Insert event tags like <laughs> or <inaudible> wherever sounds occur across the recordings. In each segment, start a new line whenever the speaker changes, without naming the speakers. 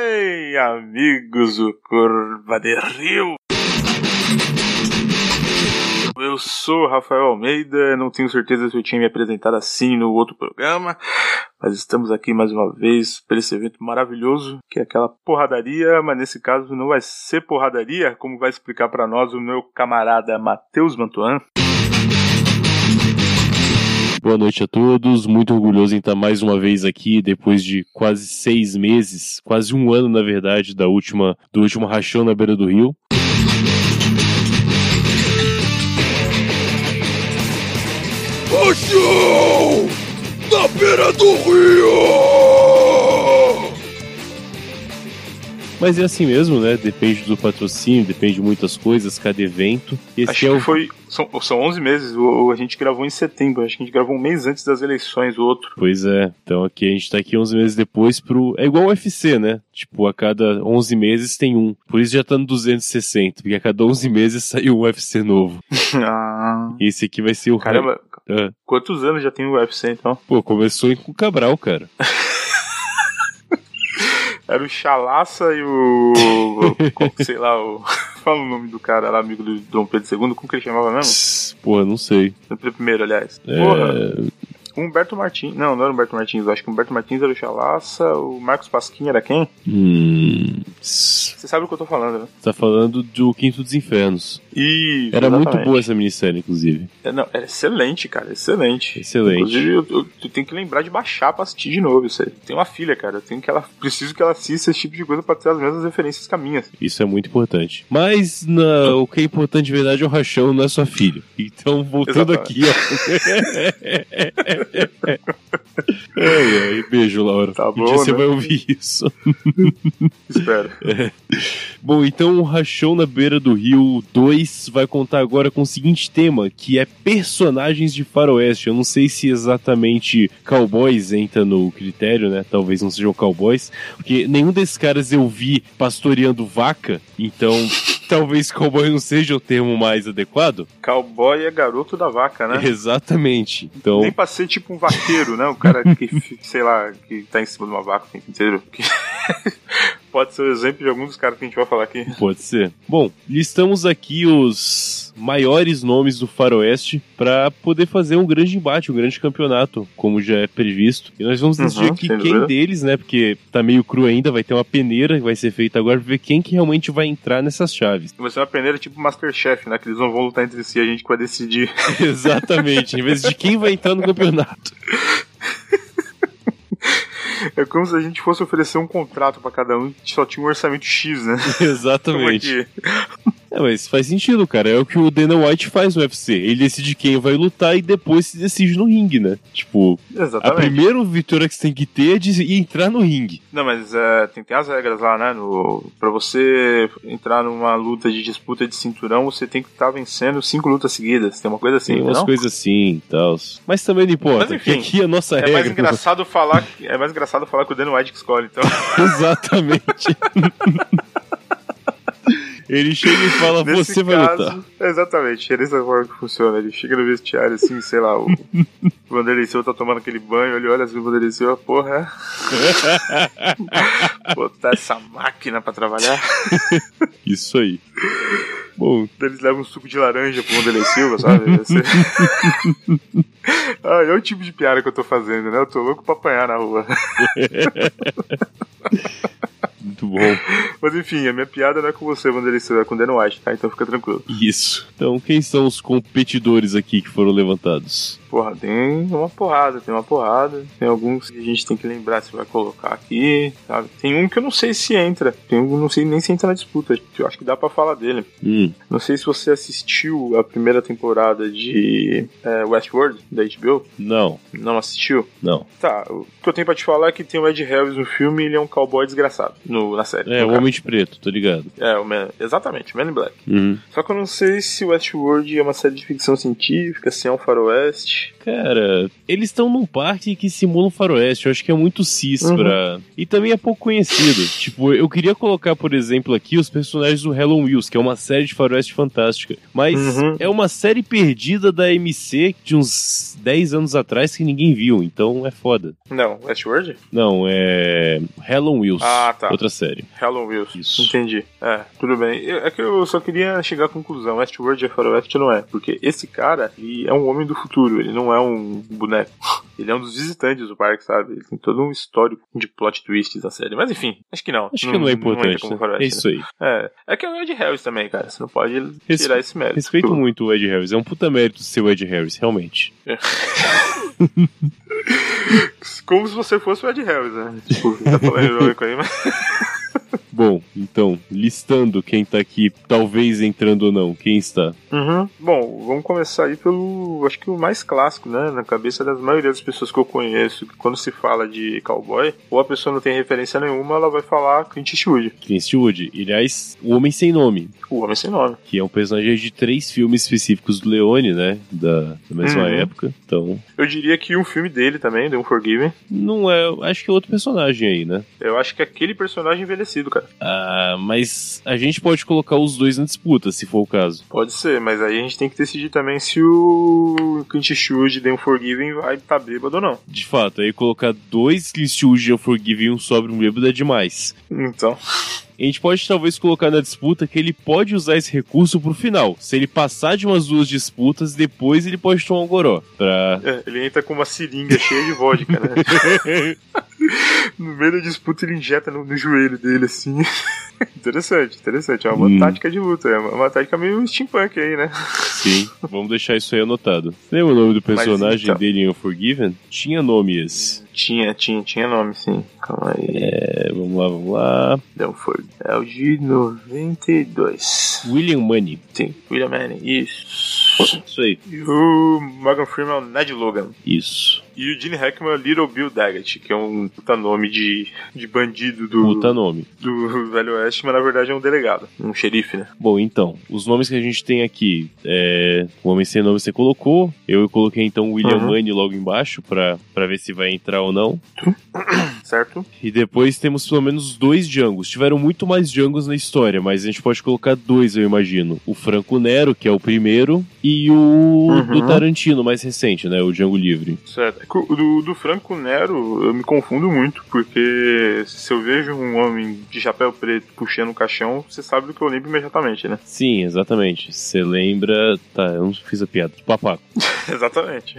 Bem, amigos do Curva de Rio! Eu sou Rafael Almeida, não tenho certeza se eu tinha me apresentado assim no outro programa, mas estamos aqui mais uma vez para esse evento maravilhoso, que é aquela porradaria, mas nesse caso não vai ser porradaria, como vai explicar para nós o meu camarada Matheus Mantuan.
Boa noite a todos, muito orgulhoso em estar mais uma vez aqui, depois de quase seis meses, quase um ano na verdade, da última, do último rachão na beira do rio.
Paixão na beira do rio!
Mas é assim mesmo, né? Depende do patrocínio, depende de muitas coisas, cada evento. Esse
acho
é o
que foi. São, são 11 meses, o, o- a gente gravou em setembro, acho que a gente gravou um mês antes das eleições, o outro.
<laughs> Pois é, então aqui a gente tá aqui 11 meses depois pro. É igual o UFC, né? Tipo, a cada 11 meses tem um. Por isso já tá no 260, porque a cada 11 meses saiu um UFC novo.
Ah,
E esse aqui vai ser o.
caramba,
É.
quantos anos já tem o UFC então?
Pô, começou com o Cabral, cara.
Era o Chalaça e o. o- sei lá, o. <laughs> Fala o nome do cara lá, amigo do Dom Pedro II, como que ele chamava mesmo?
Porra, não sei.
Do primeiro, aliás.
É,
Porra, Humberto Martins. Não, não era o Humberto Martins, eu acho que o Humberto Martins era o Chalaça, o Marcos Pasquim era quem?
Hum. Você
Você sabe o que eu tô falando, né?
tá falando do Quinto dos Infernos.
E.
Era muito boa essa minissérie, inclusive.
É, Não, era excelente, cara, excelente.
Excelente.
Inclusive, eu, eu- eu tenho que lembrar de baixar pra assistir de novo isso aí. Tem uma filha, cara. Eu tenho que ela. Preciso que ela assista esse tipo de coisa pra ter as mesmas referências que a minha. assim,
Isso é muito importante. Mas na- o que é importante de verdade é o rachão, não é sua filha. Então, voltando aqui, ó. <laughs> ai, ai, beijo, Laura.
Tá
um dia
bom,
você
né?
vai ouvir isso.
Espero.
Bom, então o Rachão na Beira do Rio 2 vai contar agora com o seguinte tema, que é personagens de faroeste. Eu não sei se exatamente cowboys entra no critério, né? Talvez não sejam cowboys, porque nenhum desses caras eu vi pastoreando vaca, então <laughs> talvez cowboy não seja o termo mais adequado.
Cowboy é garoto da vaca, né?
Exatamente. Então,
Nem pra ser tipo um vaqueiro, né? O cara que, <laughs> fi- sei lá, que tá em cima de uma vaca o tempo inteiro. <laughs> Que- Pode ser o exemplo de algum dos caras que a gente vai falar aqui.
Pode ser. Bom, listamos aqui os maiores nomes do Faroeste para poder fazer um grande embate, um grande campeonato, como já é previsto. E nós vamos decidir
Uhum,
aqui
sem
quem
dúvida.
deles, né? Porque tá meio cru ainda, vai ter uma peneira que vai ser feita agora pra ver quem que realmente vai entrar nessas
<laughs>
chaves.
Vai ser uma peneira tipo Masterchef, né? Que eles não vão lutar entre si, a gente que vai decidir. <laughs>
Exatamente, em vez de quem vai entrar no campeonato.
É como se a gente fosse oferecer um contrato pra cada um, só tinha um orçamento X, né? Como é
Exatamente.
<laughs> que.
É, mas faz sentido, cara. É o que o Dana White faz no UFC. Ele decide quem vai lutar e depois se decide no ringue, né? Tipo, a
Exatamente.
primeira vitória que você tem que ter é de ir entrar no ringue.
Não, mas é, tem, tem as regras lá, né? No, pra você entrar numa luta de disputa de cinturão, você tem que estar vencendo cinco lutas seguidas. Tem uma coisa assim,
Tem umas
não?
coisas assim e tal. Mas também não importa,
Mas,
porque
enfim,
aqui é a nossa
É
regra.
mais engraçado falar, que- é mais engraçado falar que o Dan White que escolhe, então.
<laughs> Exatamente. <laughs> Ele chega e fala,
Nesse
<laughs> você vai
caso,
lutar.
Exatamente, é dessa forma que funciona. Ele chega no vestiário assim, sei lá,
<laughs>
o o Vanderlei Silva tá tomando aquele banho, ele olha assim, o Vanderlei Silva, porra. é?
<laughs>
Botar essa máquina pra trabalhar.
Isso aí. Bom,
Daí Eles levam um suco de laranja pro Vanderlei Silva, sabe?
<laughs>
Você- ah, é o tipo de piada que eu tô fazendo, né? Eu tô louco pra apanhar na rua.
muito bom.
Mas enfim, a minha piada não é com você, Vanderlei Silva, é com o Dan White, tá? Então fica tranquilo.
Isso. Então, quem são os competidores aqui que foram levantados?
Porra, tem uma porrada, tem uma porrada. Tem alguns que a gente tem que lembrar se vai colocar aqui, sabe? Tem um que eu não sei se entra. Tem um que eu não sei nem se entra na disputa. que Eu acho que dá pra falar dele.
Hum,
Não sei se você assistiu a primeira temporada de é, Westworld, da HBO.
não,
Não assistiu?
não.
Tá, o que eu tenho pra te falar é que tem o Ed Harris no filme e ele é um cowboy desgraçado no, na série.
É,
No
o
caso.
Homem de Preto, tô ligado.
É, o Man- exatamente, Man in Black.
Uhum.
Só que eu não sei se Westworld é uma série de ficção científica, se é um faroeste.
Cara, eles estão num parque que simula um faroeste. Eu acho que é muito cis
Uhum.
pra. E também é pouco conhecido. tipo, eu queria colocar, por exemplo, aqui os personagens do Helen Wills, que é uma série de faroeste fantástica. Mas
Uhum.
é uma série perdida da MC de uns 10 anos atrás que ninguém viu. Então é foda.
Não, Westworld?
Não, é. Helen Wills.
Ah, tá.
Outra série.
Hello Wills.
Isso.
Entendi. É, tudo bem. Eu- é que eu só queria chegar à conclusão. Westworld é faroeste não é? Porque esse cara, ele é um homem do futuro. Ele não é um boneco. <laughs> Ele é um dos visitantes do parque, sabe? Ele tem todo um histórico de plot twists da série. Mas enfim, acho que não.
Acho que não
entra
é importante.
como
né?
faroeste, né?
É isso aí.
É, é que é o Ed Harris também, cara. Você não pode
Respe-
tirar esse mérito. Tipo,
Respeito muito o Ed Harris. É um puta mérito ser o Ed Harris, realmente.
Como se você fosse o Ed Harris, né? Tipo, tá
<laughs>
falando heróico aí, mas.
Bom, então, listando quem tá aqui, talvez entrando ou não, quem está?
Uhum. Bom, vamos começar aí pelo. Acho que o mais clássico, né? Na cabeça das maioria das pessoas que eu conheço. que Quando se fala de cowboy, ou a pessoa não tem referência nenhuma, ela vai falar Clint Eastwood,
Clint Eastwood. E, Aliás, O Homem Sem Nome,
o homem sem nome.
que é um personagem de três filmes específicos do Leone, né? Da, da mesma
Uhum.
época. Então,
Eu diria que um filme dele também, The Unforgiven,
não é. Acho que é outro personagem aí, né?
eu acho que é aquele personagem envelhecido, cara.
Ah, mas a gente pode colocar os dois na disputa, se for o caso.
Pode ser, mas aí a gente tem que decidir também se o Clint Eastwood, The Unforgiven, vai estar tá bêbado ou não.
De fato, aí colocar dois Clint Eastwood e Unforgiven e um sobre um bêbado é demais.
Então.
A gente pode talvez colocar na disputa que ele pode usar esse recurso pro final. Se ele passar de umas duas disputas, depois ele pode tomar um goró. Pra.
É, ele entra com uma seringa cheia de vodka, <laughs> né? no meio da disputa ele injeta no, no joelho dele, assim. <laughs> interessante, interessante. É uma
Hum.
tática de luta, é uma, uma tática meio steampunk aí, né?
Sim, <laughs> vamos deixar isso aí anotado. Lembra o nome do personagem
então-
dele em Unforgiven? Tinha nome esse.
Tinha, tinha, tinha nome, sim. Calma aí.
É, vamos lá, vamos lá.
Não foi. É o de 92.
William Money.
Sim, William Manning, isso.
Isso aí.
E o Morgan Freeman é o Ned Logan.
Isso.
E o Gene Hackman é o Little Bill Daggett, que é um puta nome de, de bandido do,
Puta nome.
do Velho Oeste, mas na verdade é um delegado, um xerife, né?
Bom, então, os nomes que a gente tem aqui é. O Homem Sem Nome você colocou. Eu coloquei então William
Uhum.
Money logo embaixo pra, pra ver se vai entrar ou não.
Certo?
E depois temos pelo menos dois Django's. Tiveram muito mais Django's na história, mas a gente pode colocar dois, eu imagino. O Franco Nero, que é o primeiro, e o do Tarantino, mais recente, né? O Django Livre.
Certo. É que o Do, do Franco Nero, eu me confundo muito, porque se eu vejo um homem de chapéu preto puxando um caixão, você sabe do que eu lembro imediatamente, <laughs> né?
Sim, exatamente. Você lembra. Tá, eu não fiz a piada. Papaco.
Exatamente.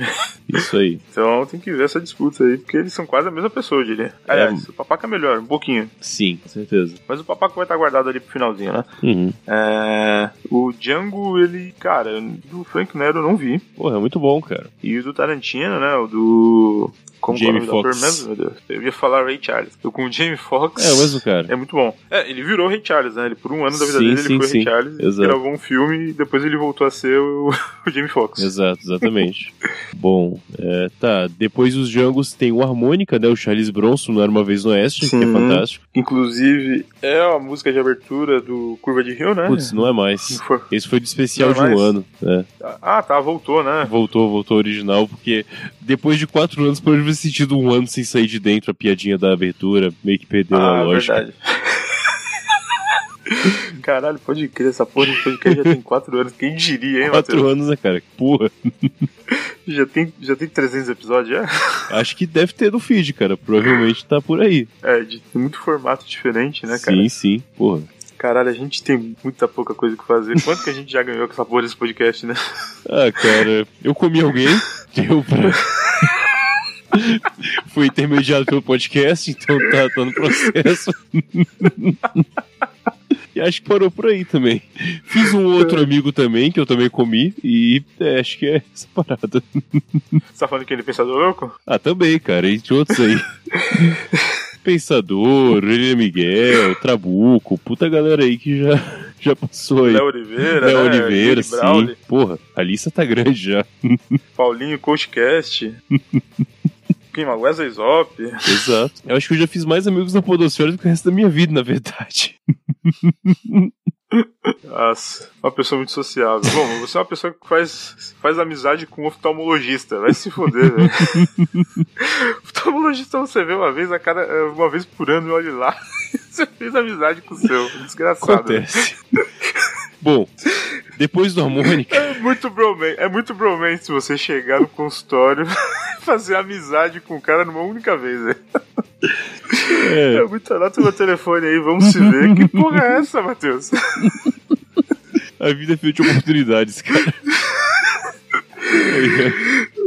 Isso aí.
Então tem que ver essa disputa aí, porque eles são quase a mesma pessoa, eu diria. Aliás, o papaca é melhor, um pouquinho.
Sim, com certeza.
Mas o papaca vai estar guardado ali pro finalzinho, né?
Uhum.
É, o Django, ele, cara, do Frank Nero eu não vi.
Porra, é muito bom, cara.
E o do Tarantino, né? O do. Como que é o
Jamie
nome do ator
Foxx.
mesmo, meu Deus? Eu ia falar Ray Charles. Eu com o Jamie Foxx.
É o mesmo cara.
É muito bom. É, ele virou Ray Charles, né? Ele, por um ano da vida
Sim,
dele,
sim,
ele foi
sim.
Ray Charles,
Exato.
gravou um filme e depois ele voltou a ser o, <laughs> o Jamie Foxx.
Exato, exatamente. Bom, é, tá. Depois os Django's tem o Harmônica, né? O Charles Bronson, não era uma vez no Oeste, que é
Sim.
fantástico.
Inclusive, é a música de abertura do Curva de Rio, né?
Putz, não é mais.
Não foi-
Esse foi do especial de
Não é
um
mais?
ano. né?
Ah, tá, voltou, né?
Voltou, voltou ao original, porque depois de quatro anos, pode ter sentido um ano sem sair de dentro a piadinha da abertura, meio que perdeu a
ah,
lógica.
verdade. <laughs> Caralho, pode crer, essa porra de podcast já tem 4 anos. Quem diria, hein,
Quatro
Matheus?
anos, né, cara? Porra.
Já tem, já tem 300 episódios, já?
Acho que deve ter no feed, cara. Provavelmente tá por aí.
É, de tem muito formato diferente, né, cara?
Sim, sim, porra.
Caralho, a gente tem muita pouca coisa que fazer. Quanto que a gente já ganhou com essa porra desse podcast, né?
Ah, cara, eu comi alguém, deu pra. Fui intermediado pelo podcast, então tá, tá no processo. e acho que parou por aí também. Fiz um outro amigo também, que eu também comi, e é, acho que é essa parada.
Você tá falando que ele é pensador louco?
Ah, também, cara, entre outros aí. Pensador, René Miguel, Trabuco, puta galera aí que já, já passou aí.
Léo Oliveira,
Léo
né?
Oliveira,
Yuri
sim.
Brawley,
Porra, a lista tá grande já.
Paulinho,
<laughs>
Coachcast. Quem mais? Wesley Zop.
Exato. Eu acho que eu já fiz mais amigos na Podosfera do que o resto da minha vida, na verdade.
Nossa, uma pessoa muito sociável. Bom, você é uma pessoa que faz, faz amizade com um oftalmologista. Vai se foder,
<laughs>
velho. oftalmologista você vê uma vez a cada. uma vez por ano e olha lá. <laughs> Você fez amizade com o
<laughs>
seu. Desgraçado.
Acontece. Bom, depois do harmônica,
É muito bromance. É muito bromance você chegar no consultório <laughs> e fazer amizade com o cara numa única vez, velho.
é,
É muito anota meu telefone aí, vamos se ver. Que porra é essa, Matheus?
a vida é feita de oportunidades, cara. É,
<laughs>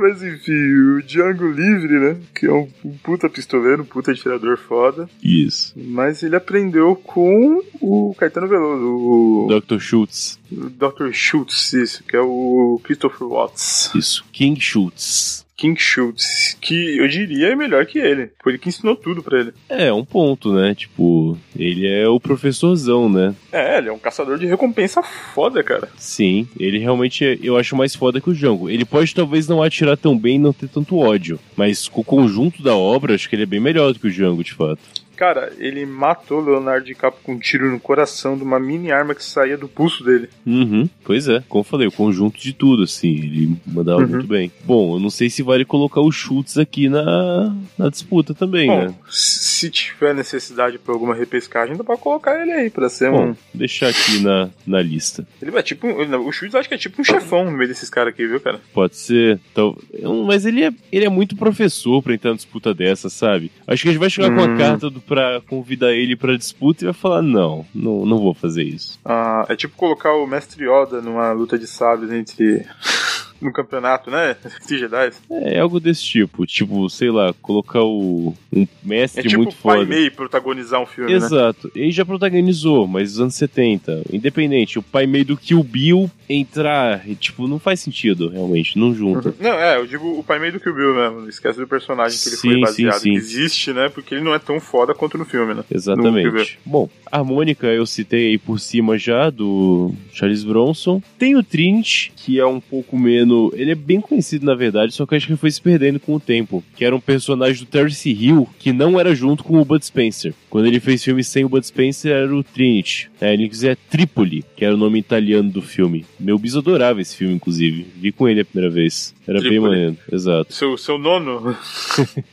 Mas enfim, o Django Livre, né? Que é um, um puta pistoleiro, um puta atirador foda.
Isso.
Mas ele aprendeu com o Caetano Veloso, o,
Dr. Schultz.
o Dr. Schultz, isso, que é o Christopher Watts.
Isso. King Schultz.
King Schultz, que eu diria é melhor que ele. Foi ele que ensinou tudo pra ele.
É, um ponto, né? Tipo, ele é o professorzão, né?
É, ele é um caçador de recompensa foda, cara.
Sim, ele realmente é- eu acho mais foda que o Django. Ele pode talvez não atirar tão bem e não ter tanto ódio, mas com o conjunto da obra, acho que ele é bem melhor do que o Django, de fato.
Cara, ele matou Leonardo DiCaprio com um tiro no coração de uma mini arma que saía do pulso dele.
Uhum, pois é, como eu falei, o conjunto de tudo, assim, ele mandava
Uhum.
muito bem. Bom, eu não sei se vale colocar os chutes aqui na, na disputa também,
Bom,
né?
se tiver necessidade por alguma repescagem, dá pra colocar ele aí pra ser
Bom,
um.
deixar aqui na, na lista.
Ele é tipo. um- O Schultz acho que é tipo um chefão no meio desses caras aqui, viu, cara?
Pode ser. Tal... eu- Mas ele é, ele é muito professor pra entrar na disputa dessa, sabe? Acho que a gente vai chegar com
Hum.
a carta do, pra convidar ele pra disputa e vai falar: não, não, não vou fazer isso.
Ah, é tipo colocar o Mestre Yoda numa luta de sábios entre. <laughs> no campeonato, né? Entre Jedi.
É algo desse tipo. Tipo, sei lá, colocar o, um
É
mestre
tipo
muito
o Pai
foda.
Mei protagonizar um filme, né?
Exato. Ele já protagonizou, mas nos anos 70. Independente, o pai meio do Kill Bill entrar, e, tipo, não faz sentido, realmente, não junta.
Não, é, eu digo o Pai Mei do Kill Bill mesmo. Não esquece do personagem que ele foi
Sim,
baseado.
sim, sim.
Que existe, né? Porque ele não é tão foda quanto no filme, né? Nunca vi.
Exatamente. Bom, a harmônica eu citei aí por cima já, do Charles Bronson. Tem o Trinity, que é um pouco menos. Ele é bem conhecido, na verdade, só que acho que ele foi se perdendo com o tempo. Que era um personagem do Terce Hill que não era junto com o Bud Spencer. Quando ele fez filme sem o Bud Spencer, era o Trinity. É, ele quiser Trípoli, que era o nome italiano do filme. Meu bis adorava esse filme, inclusive. Vi com ele a primeira vez. Era bem
Trípoli.
maneiro. Exato.
Seu, seu nono.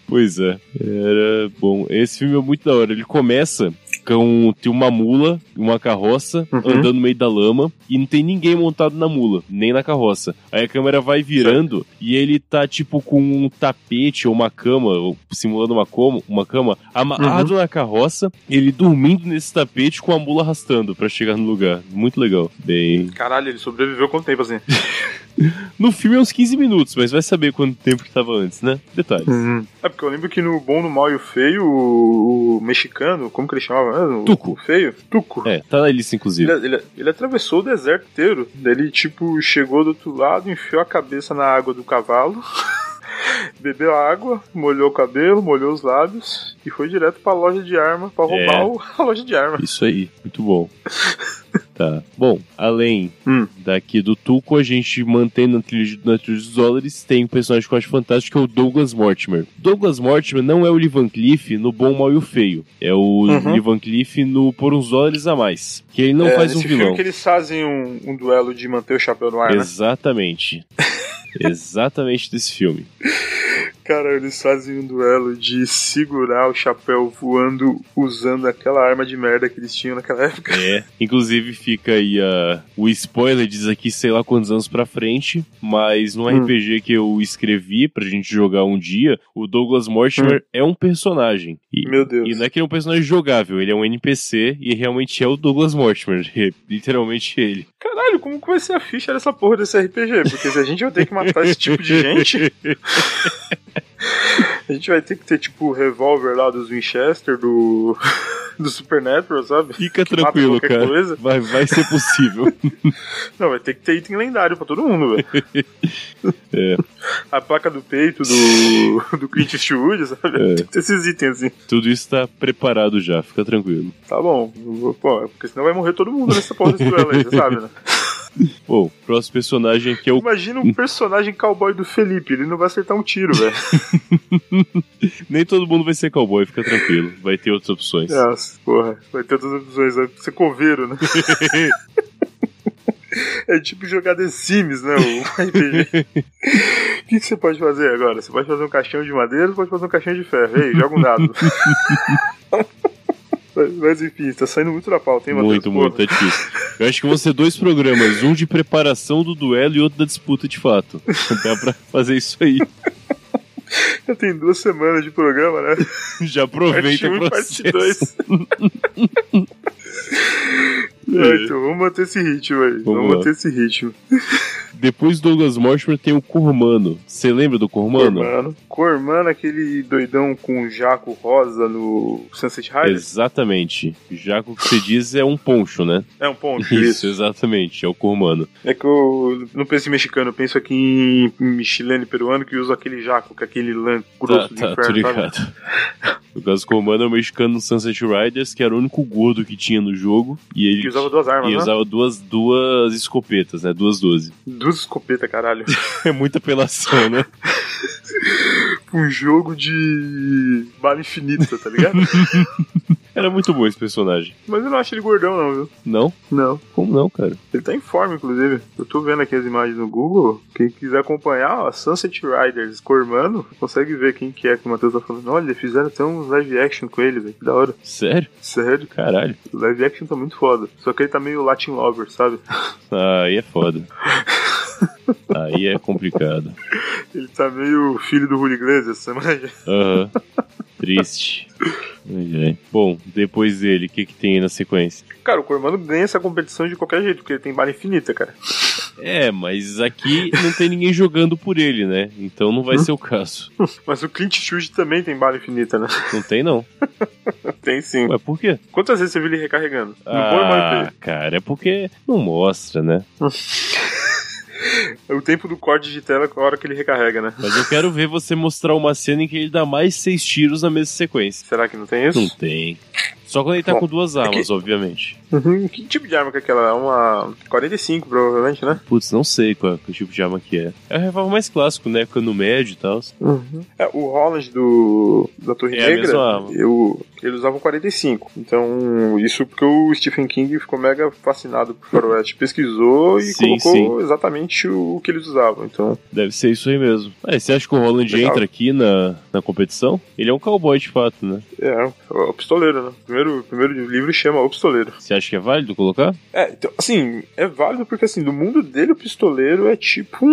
Pois é, era bom. Esse filme é muito da hora. Ele começa com tem uma mula e uma carroça
Uhum.
andando no meio da lama e não tem ninguém montado na mula, nem na carroça. Aí a câmera vai virando e ele tá tipo com um tapete ou uma cama, ou simulando uma cama, uma cama amarrado na carroça, ele dormindo nesse tapete com a mula arrastando pra chegar no lugar. Muito legal. Bem,
Caralho, ele sobreviveu quanto tempo assim?
no filme é uns 15 minutos, mas vai saber quanto tempo que tava antes, né? Detalhe.
É porque eu lembro que no Bom, no Mal e o Feio, o, o mexicano, como que ele chamava mesmo?
Tuco.
O feio? Tuco.
É, tá na lista inclusive.
Ele, ele- ele atravessou o deserto inteiro. Daí Ele, tipo, chegou do outro lado, enfiou a cabeça na água do cavalo, <laughs> bebeu a água, molhou o cabelo, molhou os lábios e foi direto pra loja de arma pra roubar
É.
o- <laughs> a loja de arma.
Isso aí,
<laughs>
muito bom. Tá. Bom, além
Hum.
daqui do Tuco, a gente mantém na trilha, na trilha dos dólares, tem um personagem que eu acho fantástico, que é o Douglas Mortimer. Douglas Mortimer não é o Lee Van Cleef no Bom, Mal e o Feio. É o
Uhum.
Lee Van Cleef no Por Uns Dólares a Mais. Que ele não
É,
faz um
nesse
vilão.
filme que eles fazem um, um duelo de manter o chapéu no ar, né? <laughs>
Exatamente. Exatamente desse filme.
Cara, eles fazem um duelo de segurar o chapéu voando usando aquela arma de merda que eles tinham naquela época. <laughs>
É. Inclusive fica aí a- o spoiler, diz aqui sei lá quantos anos pra frente, mas no
Hum.
RPG que eu escrevi pra gente jogar um dia, o Douglas Mortimer é um personagem. E,
Hum. Meu Deus.
e não é que ele é um personagem jogável, ele é um NPC e realmente é o Douglas Mortimer. <laughs> é literalmente ele.
Caralho, como que vai ser a ficha dessa porra desse RPG? Porque se a gente vai ter que matar esse tipo de
<laughs>
gente. A gente vai ter que ter, tipo, o revólver lá dos Winchester, do. <laughs> do Supernatural, sabe?
Fica
Que mata
tranquilo,
qualquer
cara.
coisa.
Vai, vai ser possível.
<laughs> Não, vai ter que ter item lendário pra todo mundo, velho.
<laughs> É.
A placa do peito do. <laughs> do Clint Eastwood, sabe?
É.
Tem que ter esses itens, assim.
Tudo isso tá preparado já, fica tranquilo.
é Tá bom, eu vou- pô, porque senão vai morrer todo mundo nessa porra desse duelo aí, você sabe, né?
Bom, próximo personagem aqui é o.
Imagina um personagem cowboy do Felipe, ele não vai acertar um tiro, velho.
<laughs> Nem todo mundo vai ser cowboy, fica tranquilo. Vai ter outras opções.
Nossa, porra, vai ter outras opções, vai ser coveiro,
<laughs>
né? É tipo jogar The Sims, né? O
<laughs>
RPG. O que, que você pode fazer agora? Você pode fazer um caixão de madeira ou pode fazer um caixão de ferro? Ei, joga um
<laughs>
dado. Mas- Mas enfim, tá saindo muito da pauta, hein, Matheus?
Muito,
Pô,
muito, tá difícil. Eu acho que vão ser dois programas, um de preparação do duelo e outro da disputa de fato. <laughs> Dá pra fazer isso aí. <laughs>
Já tem duas semanas de programa, né?
Já aproveita
Parte 1
o
e
processo.
parte 2.
<laughs>
É, então vamos manter esse ritmo aí. Vamos,
Vamos lá.
manter esse ritmo.
Depois do Douglas Mortimer tem o Cormano. Você lembra do Cormano?
Cormano. Cormano, aquele doidão com o Jaco Rosa no Sunset Riders.
Exatamente. Já que o que você diz é um poncho, né?
É um ponto.
Isso, exatamente. É o Cormano.
É que eu não penso em mexicano, eu penso aqui em mexileno e peruano que usa aquele jaco, que é aquele lã
Tá,
grosso de
tá, tô
inferno, sabe?
ligado. O Douglas Cormano é o mexicano no Sunset Riders, que era o único gordo que tinha no jogo. E ele
Que usava duas armas,
e
né?
usava duas, duas escopetas, né? Duas doze.
Duas escopetas, caralho. <laughs>
É muita apelação, né?
um jogo de bala infinita, tá
<laughs>
ligado?
Era muito bom esse personagem.
Mas eu não acho ele gordão, não, viu?
Não?
Não.
Como não, cara?
Ele tá em forma, inclusive. Eu tô vendo aqui as imagens no Google. Quem quiser acompanhar, ó, Sunset Riders, Cormano, consegue ver quem que é que o Matheus tá falando. Olha, fizeram até uns live action com ele, velho. Que da hora.
Sério?
Sério,
Caralho.
o live action tá muito foda. Só que ele tá meio Latin Lover, sabe? <laughs>
Aí é foda. Aí é complicado.
Ele tá meio filho do Julio Iglesias, você manja?
Aham. Triste. Ai, ai. Bom, depois dele, o que, que tem aí na sequência?
Cara, o Cormano ganha essa competição de qualquer jeito, porque ele tem bala infinita, cara.
É, mas aqui não tem ninguém jogando por ele, né? Então não
Hum?
vai ser o caso.
Mas o Clint Eastwood também tem bala infinita, né? <laughs>
Não tem, não.
Tem sim.
Ué, por quê?
Quantas vezes você viu ele recarregando? Não põe mais
Ah, cara, é porque não mostra, né?
É o tempo do corte de tela com a hora que ele recarrega, né?
Mas eu quero ver você mostrar uma cena em que ele dá mais seis tiros na mesma sequência.
Será que não tem isso?
Não tem. Só quando ele tá
Bom,
com duas armas, obviamente.
Uhum. Que tipo de arma que é aquela? É uma 45, provavelmente, né?
Putz, não sei qual, que tipo de arma que é. É o revólver mais clássico, né? Época no médio e tal.
É, o Holland do da Torre
É a
Negra,
mesma arma.
eu, ele usava um 45. Então, isso porque o Stephen King ficou mega fascinado por faroeste. Pesquisou e
Sim,
colocou exatamente o que eles usavam. Então,
Deve ser isso aí mesmo. Ah, e você acha que o Roland
Legal.
entra aqui na, na competição? Ele é um cowboy de fato, né?
é, o pistoleiro, né? O primeiro, o primeiro livro chama O Pistoleiro.
Você acha que é válido colocar?
É, então, assim, é válido porque, assim, do mundo dele, o pistoleiro é tipo um.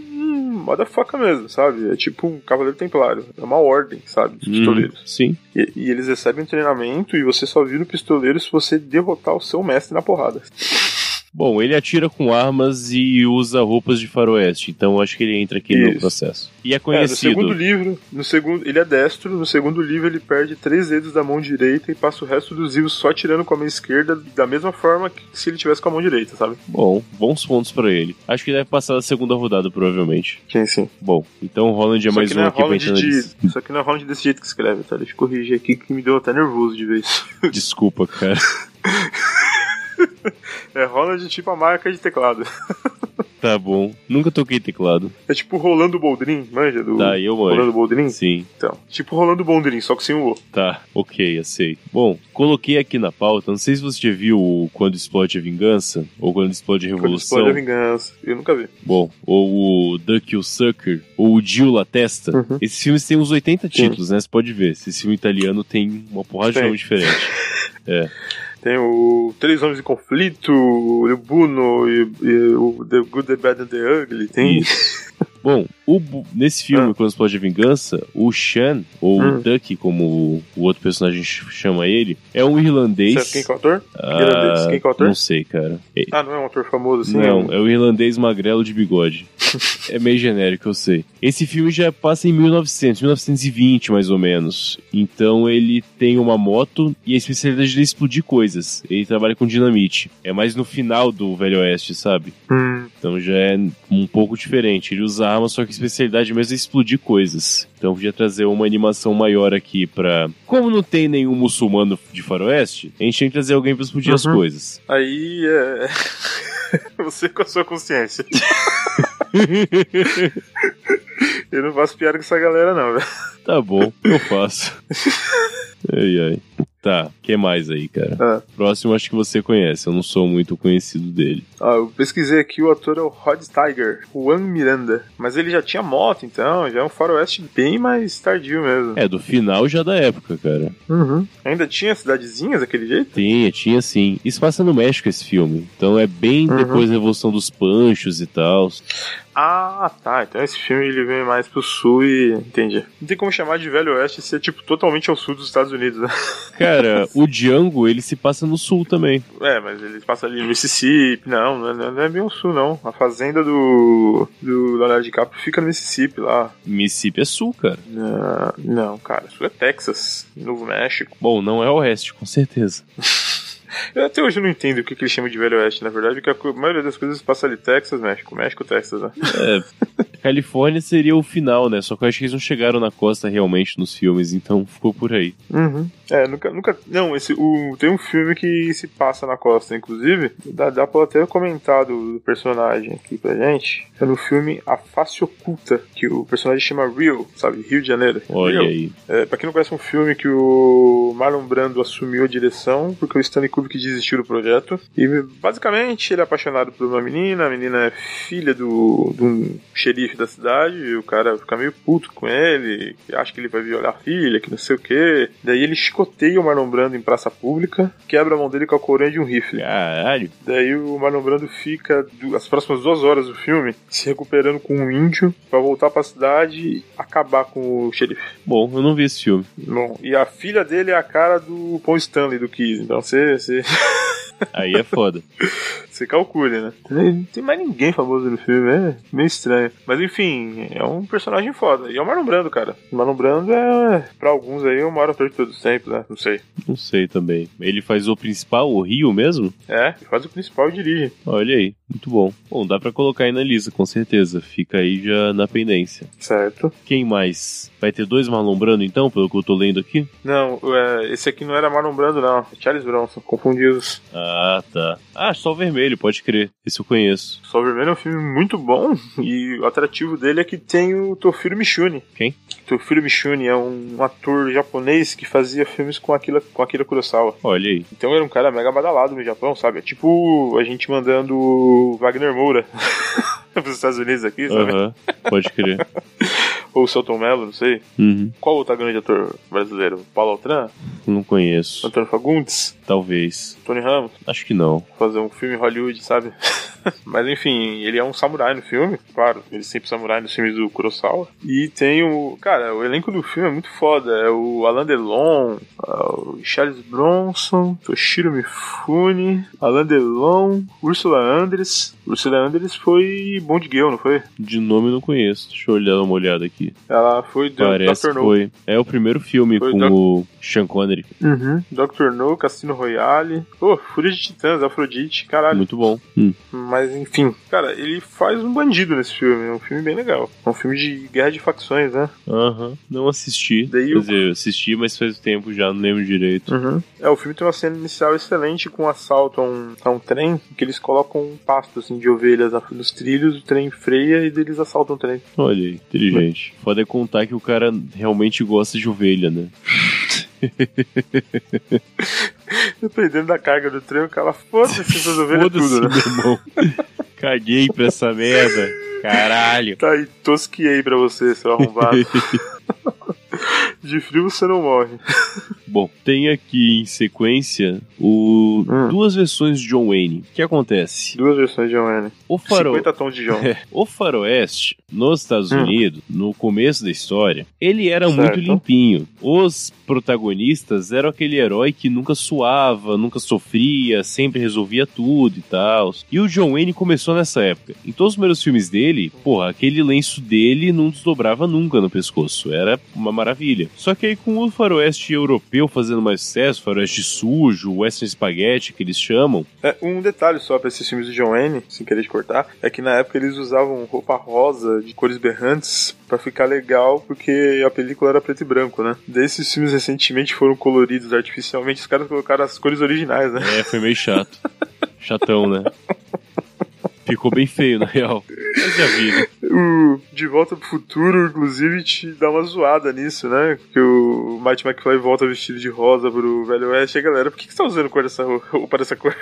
um Motherfucker mesmo, sabe? É tipo um cavaleiro templário. É uma ordem, sabe? Dos pistoleiros.
Hum, sim.
E, e eles recebem um treinamento e você só vira o pistoleiro se você derrotar o seu mestre na porrada. É,
Bom, ele atira com armas e usa roupas de faroeste, então acho que ele entra aqui no
Isso.
processo. E é
É, no
conhecido.
segundo livro, no segundo, ele é destro, no segundo livro ele perde três dedos da mão direita e passa o resto dos livros só tirando com a mão esquerda, da mesma forma que se ele tivesse com a mão direita, sabe?
Bom, bons pontos pra ele. Acho que deve passar da segunda rodada, provavelmente.
Sim, sim.
Bom, então o Roland é
Só
mais
que
um
não é
aqui pra
Holland
entrar
<laughs>
na lista.
de, Só que não é Holland desse jeito que escreve, tá? Deixa eu corrigir aqui que me deu até nervoso de vez. <laughs>
Desculpa, cara.
É Holland tipo a marca de teclado.
Tá bom. Nunca toquei teclado.
É tipo Rolando Boldrin, manja? Do
Tá, eu
Rolando
manjo.
Boldrin?
Sim.
Então, tipo Rolando Boldrin, só que sem o O.
Tá, ok, aceito. Bom, coloquei aqui na pauta, não sei se você já viu o Quando Explode a Vingança, ou Quando Explode a
Quando
Revolução,
explode a vingança. Eu nunca vi.
bom, ou o Duck You Sucker, ou o Dio La Testa.
Uhum.
Esses filmes têm uns 80
Sim.
títulos, né? Você pode ver. Esse filme italiano tem uma porrada de
Tem.
nome diferente.
Tem o Três Homens em Conflito, o Buno e, e o The Good, The Bad and The Ugly. Tem.
Isso. Bom, o Bu- nesse filme,
Ah.
Quando Explode a Vingança, o Shan, ou
Hum.
o Duck, como o- o outro personagem ch- chama ele, é um irlandês.
Sabe quem que é o autor?
Ah,
irlandês? Quem que é o autor?
Não sei, cara. É-
Ah, não é um autor famoso assim? é
Não,
um-
é o irlandês magrelo de bigode. é meio genérico, eu sei. Esse filme já passa em 1900, 1920 mais ou menos. Então ele tem uma moto e a especialidade dele é explodir coisas. Ele trabalha com dinamite. É mais no final do Velho Oeste, sabe?
Hum,
Então já é um pouco diferente. Ele usa arma, só que a especialidade mesmo é explodir coisas. Então eu podia trazer uma animação maior aqui pra. Como não tem nenhum muçulmano de faroeste, a gente tem que trazer alguém pra explodir as
Uhum.
coisas.
Aí é. <laughs> Você com a sua consciência. Eu não faço piada com essa galera, não, velho.
Tá bom, eu faço. <laughs> Ai, ai. Tá, que mais aí, cara?
Ah.
Próximo acho que você conhece, eu não sou muito conhecido dele.
Ó, eu pesquisei aqui, o ator é o Rod Tiger, Juan Miranda. Mas ele já tinha moto, então, já é um faroeste bem mais tardio mesmo.
É, do final já da época, cara.
Uhum. Ainda tinha cidadezinhas daquele jeito?
Tinha, tinha sim. Isso passa no México esse filme. Então é bem
Uhum.
depois da Revolução dos Panchos e tal.
Ah, tá. Então esse filme ele vem mais pro sul e. Entendi. Não tem como chamar de Velho Oeste se é, tipo, totalmente ao sul dos Estados Unidos, né?
Cara, o Django, ele se passa no sul também.
<laughs> É, mas ele passa ali no Mississippi. Não, não é, não é bem ao sul, não. A fazenda do. do Leonardo DiCaprio fica no Mississippi lá.
Mississippi é sul, cara.
Não, não cara. Sul é Texas, Novo México.
Bom, não é oeste, com certeza.
Eu até hoje não entendo o que, que ele chama de Velho Oeste, na verdade, porque a co- maioria das coisas passa ali Texas, México, México, Texas, né?
É,
<laughs>
Califórnia seria o final, né? Só que eu acho que eles não chegaram na costa realmente nos filmes, então ficou por aí.
Uhum. É, nunca. nunca não, esse, o, tem um filme que se passa na costa, inclusive. Dá, dá pra eu até comentar do, do personagem aqui pra gente. É no filme A Face Oculta, que o personagem chama Rio, sabe? Rio de Janeiro.
Olha
Rio.
aí.
É, pra quem não conhece, é um filme que o Marlon Brando assumiu a direção, porque o Stanley Kubrick desistiu do projeto. E basicamente ele é apaixonado por uma menina, a menina é filha do, de um xerife da cidade, e o cara fica meio puto com ele, que acha que ele vai violar a filha, que não sei o quê. Daí ele escoteia o Marlon Brando em praça pública, quebra a mão dele com a coronha de um rifle.
Caralho.
Daí o Marlon Brando fica du- as próximas duas horas do filme se recuperando com um índio pra voltar pra cidade e acabar com o xerife.
Bom, eu não vi esse filme.
Bom, e a filha dele é a cara do Paul Stanley do Kiss, então você, você, <laughs>
Aí é foda.
você calcule, né? Não tem mais ninguém famoso no filme, é meio estranho. Mas enfim, é um personagem foda. E é o Marlon Brando, cara. O Marlon Brando é, pra alguns aí, o maior ator de todos os tempos, né? Não sei.
Não sei também. Ele faz o principal, o Rio mesmo?
É, ele faz o principal e dirige.
Olha aí, muito bom. Bom, dá pra colocar aí na lista, com certeza. Fica aí já na pendência.
Certo.
Quem mais? Vai ter dois Marlon Brando, então, pelo que eu tô lendo aqui?
Não, é, esse aqui não era Marlon Brando, não. É Charles Bronson, confundi os.
Ah, tá. Ah, Sol Vermelho, pode crer. Esse eu conheço.
Sol Vermelho é um filme muito bom e o atrativo dele é que tem o Tofiro Mishune.
Quem?
Tofiro Mishune é um ator japonês que fazia filmes com Akira, com Akira Kurosawa.
Olha aí.
Então era um cara mega badalado no Japão, sabe? É tipo a gente mandando o Wagner Moura <laughs> para os Estados Unidos aqui, sabe?
Aham, pode crer.
Ou o Celton Mello, não sei.
Uhum.
Qual outro grande ator brasileiro? Paulo Altran?
Não conheço.
Antônio Fagundes?
Talvez.
Tony Ramos?
Acho que não.
fazer um filme em Hollywood, sabe? <laughs> Mas enfim, ele é um samurai no filme, claro, ele é sempre samurai nos filmes do Kurosawa. E tem o. Cara, o elenco do filme é muito foda. É o Alain Delon, ah, o Charles Bronson, Toshiro Mifune, Alain Delon, Ursula Andress. Ursula Andress foi Bond Girl, não foi?
De nome eu não conheço. Deixa eu dar uma olhada aqui.
Ela foi do
Parece
Dr.
que
No.
foi. É o primeiro filme
Foi
com
Doc-
o Sean Connery.
Uhum. Dr. No, Cassino Royale. Oh, Fúria de Titãs, Afrodite, caralho.
Muito bom. Hum.
Mas enfim, cara, ele faz um bandido nesse filme, é um filme bem legal. É um filme de guerra de facções, né?
Aham. Não assisti.
Daí
Quer
o-
dizer, eu assisti, mas faz tempo já, não lembro direito.
É, o filme tem uma cena inicial excelente com um assalto a um, a um trem, que eles colocam um pasto assim de ovelhas na- nos trilhos, o trem freia e daí eles assaltam o trem. <laughs>
Olha aí, inteligente. Foda é contar que o cara realmente gosta de ovelha, né?
Dependendo da carga do trem, o cara foda-se essas <laughs> ovelhas
Foda-se,
tudo, né?
meu irmão.
<laughs>
Caguei pra essa merda. Caralho.
Tá aí, tosquiei pra você, seu <laughs> arrombado. de frio você não morre.
Bom, tem aqui em sequência o
Hum.
duas versões de John Wayne. O que acontece?
Duas versões de John Wayne.
O, faro...
50 tons de John.
o faroeste, nos Estados
Hum.
Unidos, no começo da história, ele era
Certo.
muito limpinho. Os protagonistas eram aquele herói que nunca suava, nunca sofria, sempre resolvia tudo e tal. E o John Wayne começou nessa época. Em todos os primeiros filmes dele, porra, aquele lenço dele não desdobrava nunca no pescoço. Era uma maravilha. Só que aí com o faroeste europeu fazendo mais sucesso, faroeste sujo, western spaghetti, que eles chamam,
É, um detalhe só pra esses filmes do John Wayne, sem querer te cortar, é que na época eles usavam roupa rosa de cores berrantes pra ficar legal, porque a película era preto e branco, né? Daí esses filmes recentemente foram coloridos artificialmente, os caras colocaram as cores originais, né?
É, foi meio chato. Chatão, né? Ficou bem feio, na real. Mas já vi, né?
<laughs> O De Volta pro Futuro, inclusive, te dá uma zoada nisso, né? Porque o Mike McFly volta vestido de rosa pro Velho Oeste. E a galera, por que, que você tá usando cor dessa roupa para essa cor?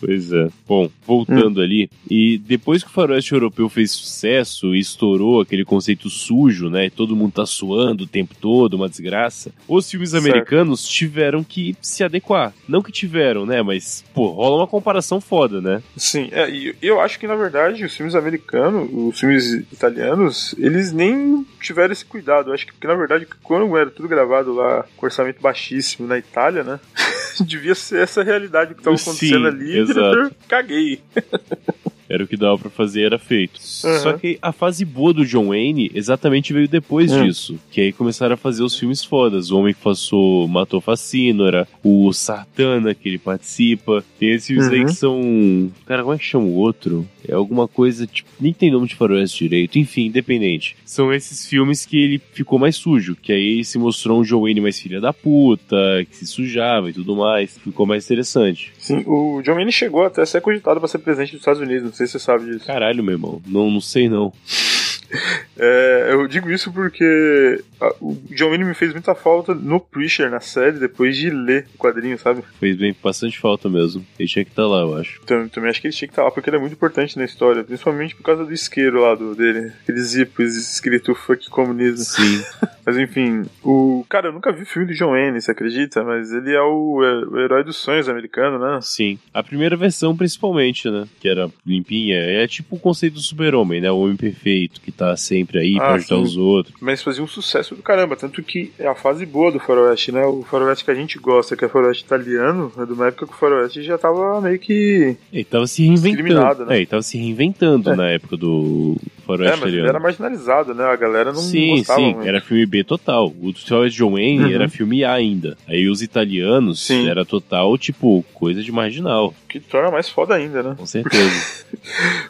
Pois é. Hum. Bom, voltando ali, e depois que o faroeste europeu fez sucesso e estourou aquele conceito sujo, né? Todo mundo tá suando o tempo todo, uma desgraça. Os filmes
Certo.
americanos tiveram que se adequar. Não que tiveram, né? Mas, pô, rola uma comparação foda, né?
Sim, é, e eu acho que na verdade os filmes americanos, os filmes italianos, eles nem tiveram esse cuidado. Eu acho que porque na verdade quando era tudo gravado lá com orçamento baixíssimo na Itália, né? <laughs> Devia ser essa realidade que estava
Sim,
acontecendo ali. <laughs> e o
exato.
diretor, caguei.
Era o que dava pra fazer, era feito.
Aham.
Só que a fase boa do John Wayne exatamente veio depois
Hum.
disso. Que aí começaram a fazer os filmes fodas. O Homem que Passou Matou Facínora, o Sartana que ele participa. Tem esses filmes aí
Uhum.
que são. Cara, como é que chama o outro? É alguma coisa, tipo, nem tem nome de faroeste direito. Enfim, independente. São esses filmes que ele ficou mais sujo. Que aí se mostrou um John Wayne mais filha da puta, que se sujava e tudo mais. Ficou mais interessante.
Sim, o John Wayne chegou até a ser cogitado para ser presidente dos Estados Unidos, não sei se você sabe disso.
Caralho, meu irmão. Não, não sei não.
É, eu digo isso porque a- o John Wayne me fez muita falta no Preacher, na série, depois de ler o quadrinho, sabe?
Fez bem bastante falta mesmo. Ele tinha que estar lá, eu acho.
Então, eu também acho que ele tinha que estar lá, porque ele é muito importante na história, principalmente por causa do isqueiro lá do, dele, aquele zipos escrito fuck comunismo.
Sim.
Mas enfim, o. Cara, eu nunca vi filme do John Wayne, você acredita? Mas ele é o, é o herói dos sonhos americano, né?
Sim. A primeira versão, principalmente, né? Que era limpinha. É tipo o conceito do super-homem, né? O homem perfeito que tá sempre aí pra
Ah,
ajudar
sim.
os outros.
Mas fazia um sucesso do caramba, tanto que é a fase boa do Faroeste, né? O Faroeste que a gente gosta, que é o Faroeste italiano, é de uma época que o Faroeste já tava meio que.
Ele tava se reinventando.
Discriminado, né?
É, ele tava se reinventando
É.
na época do
É,
Faroeste
mas ele
Italiano.
era marginalizado, né? A galera não
sim,
gostava
sim,
muito.
era filme B total. O Tutorial de John Wayne
Uhum.
era filme A ainda. Aí os italianos
Sim.
era total, tipo, coisa de marginal,
O que torna mais foda ainda, né?
com certeza.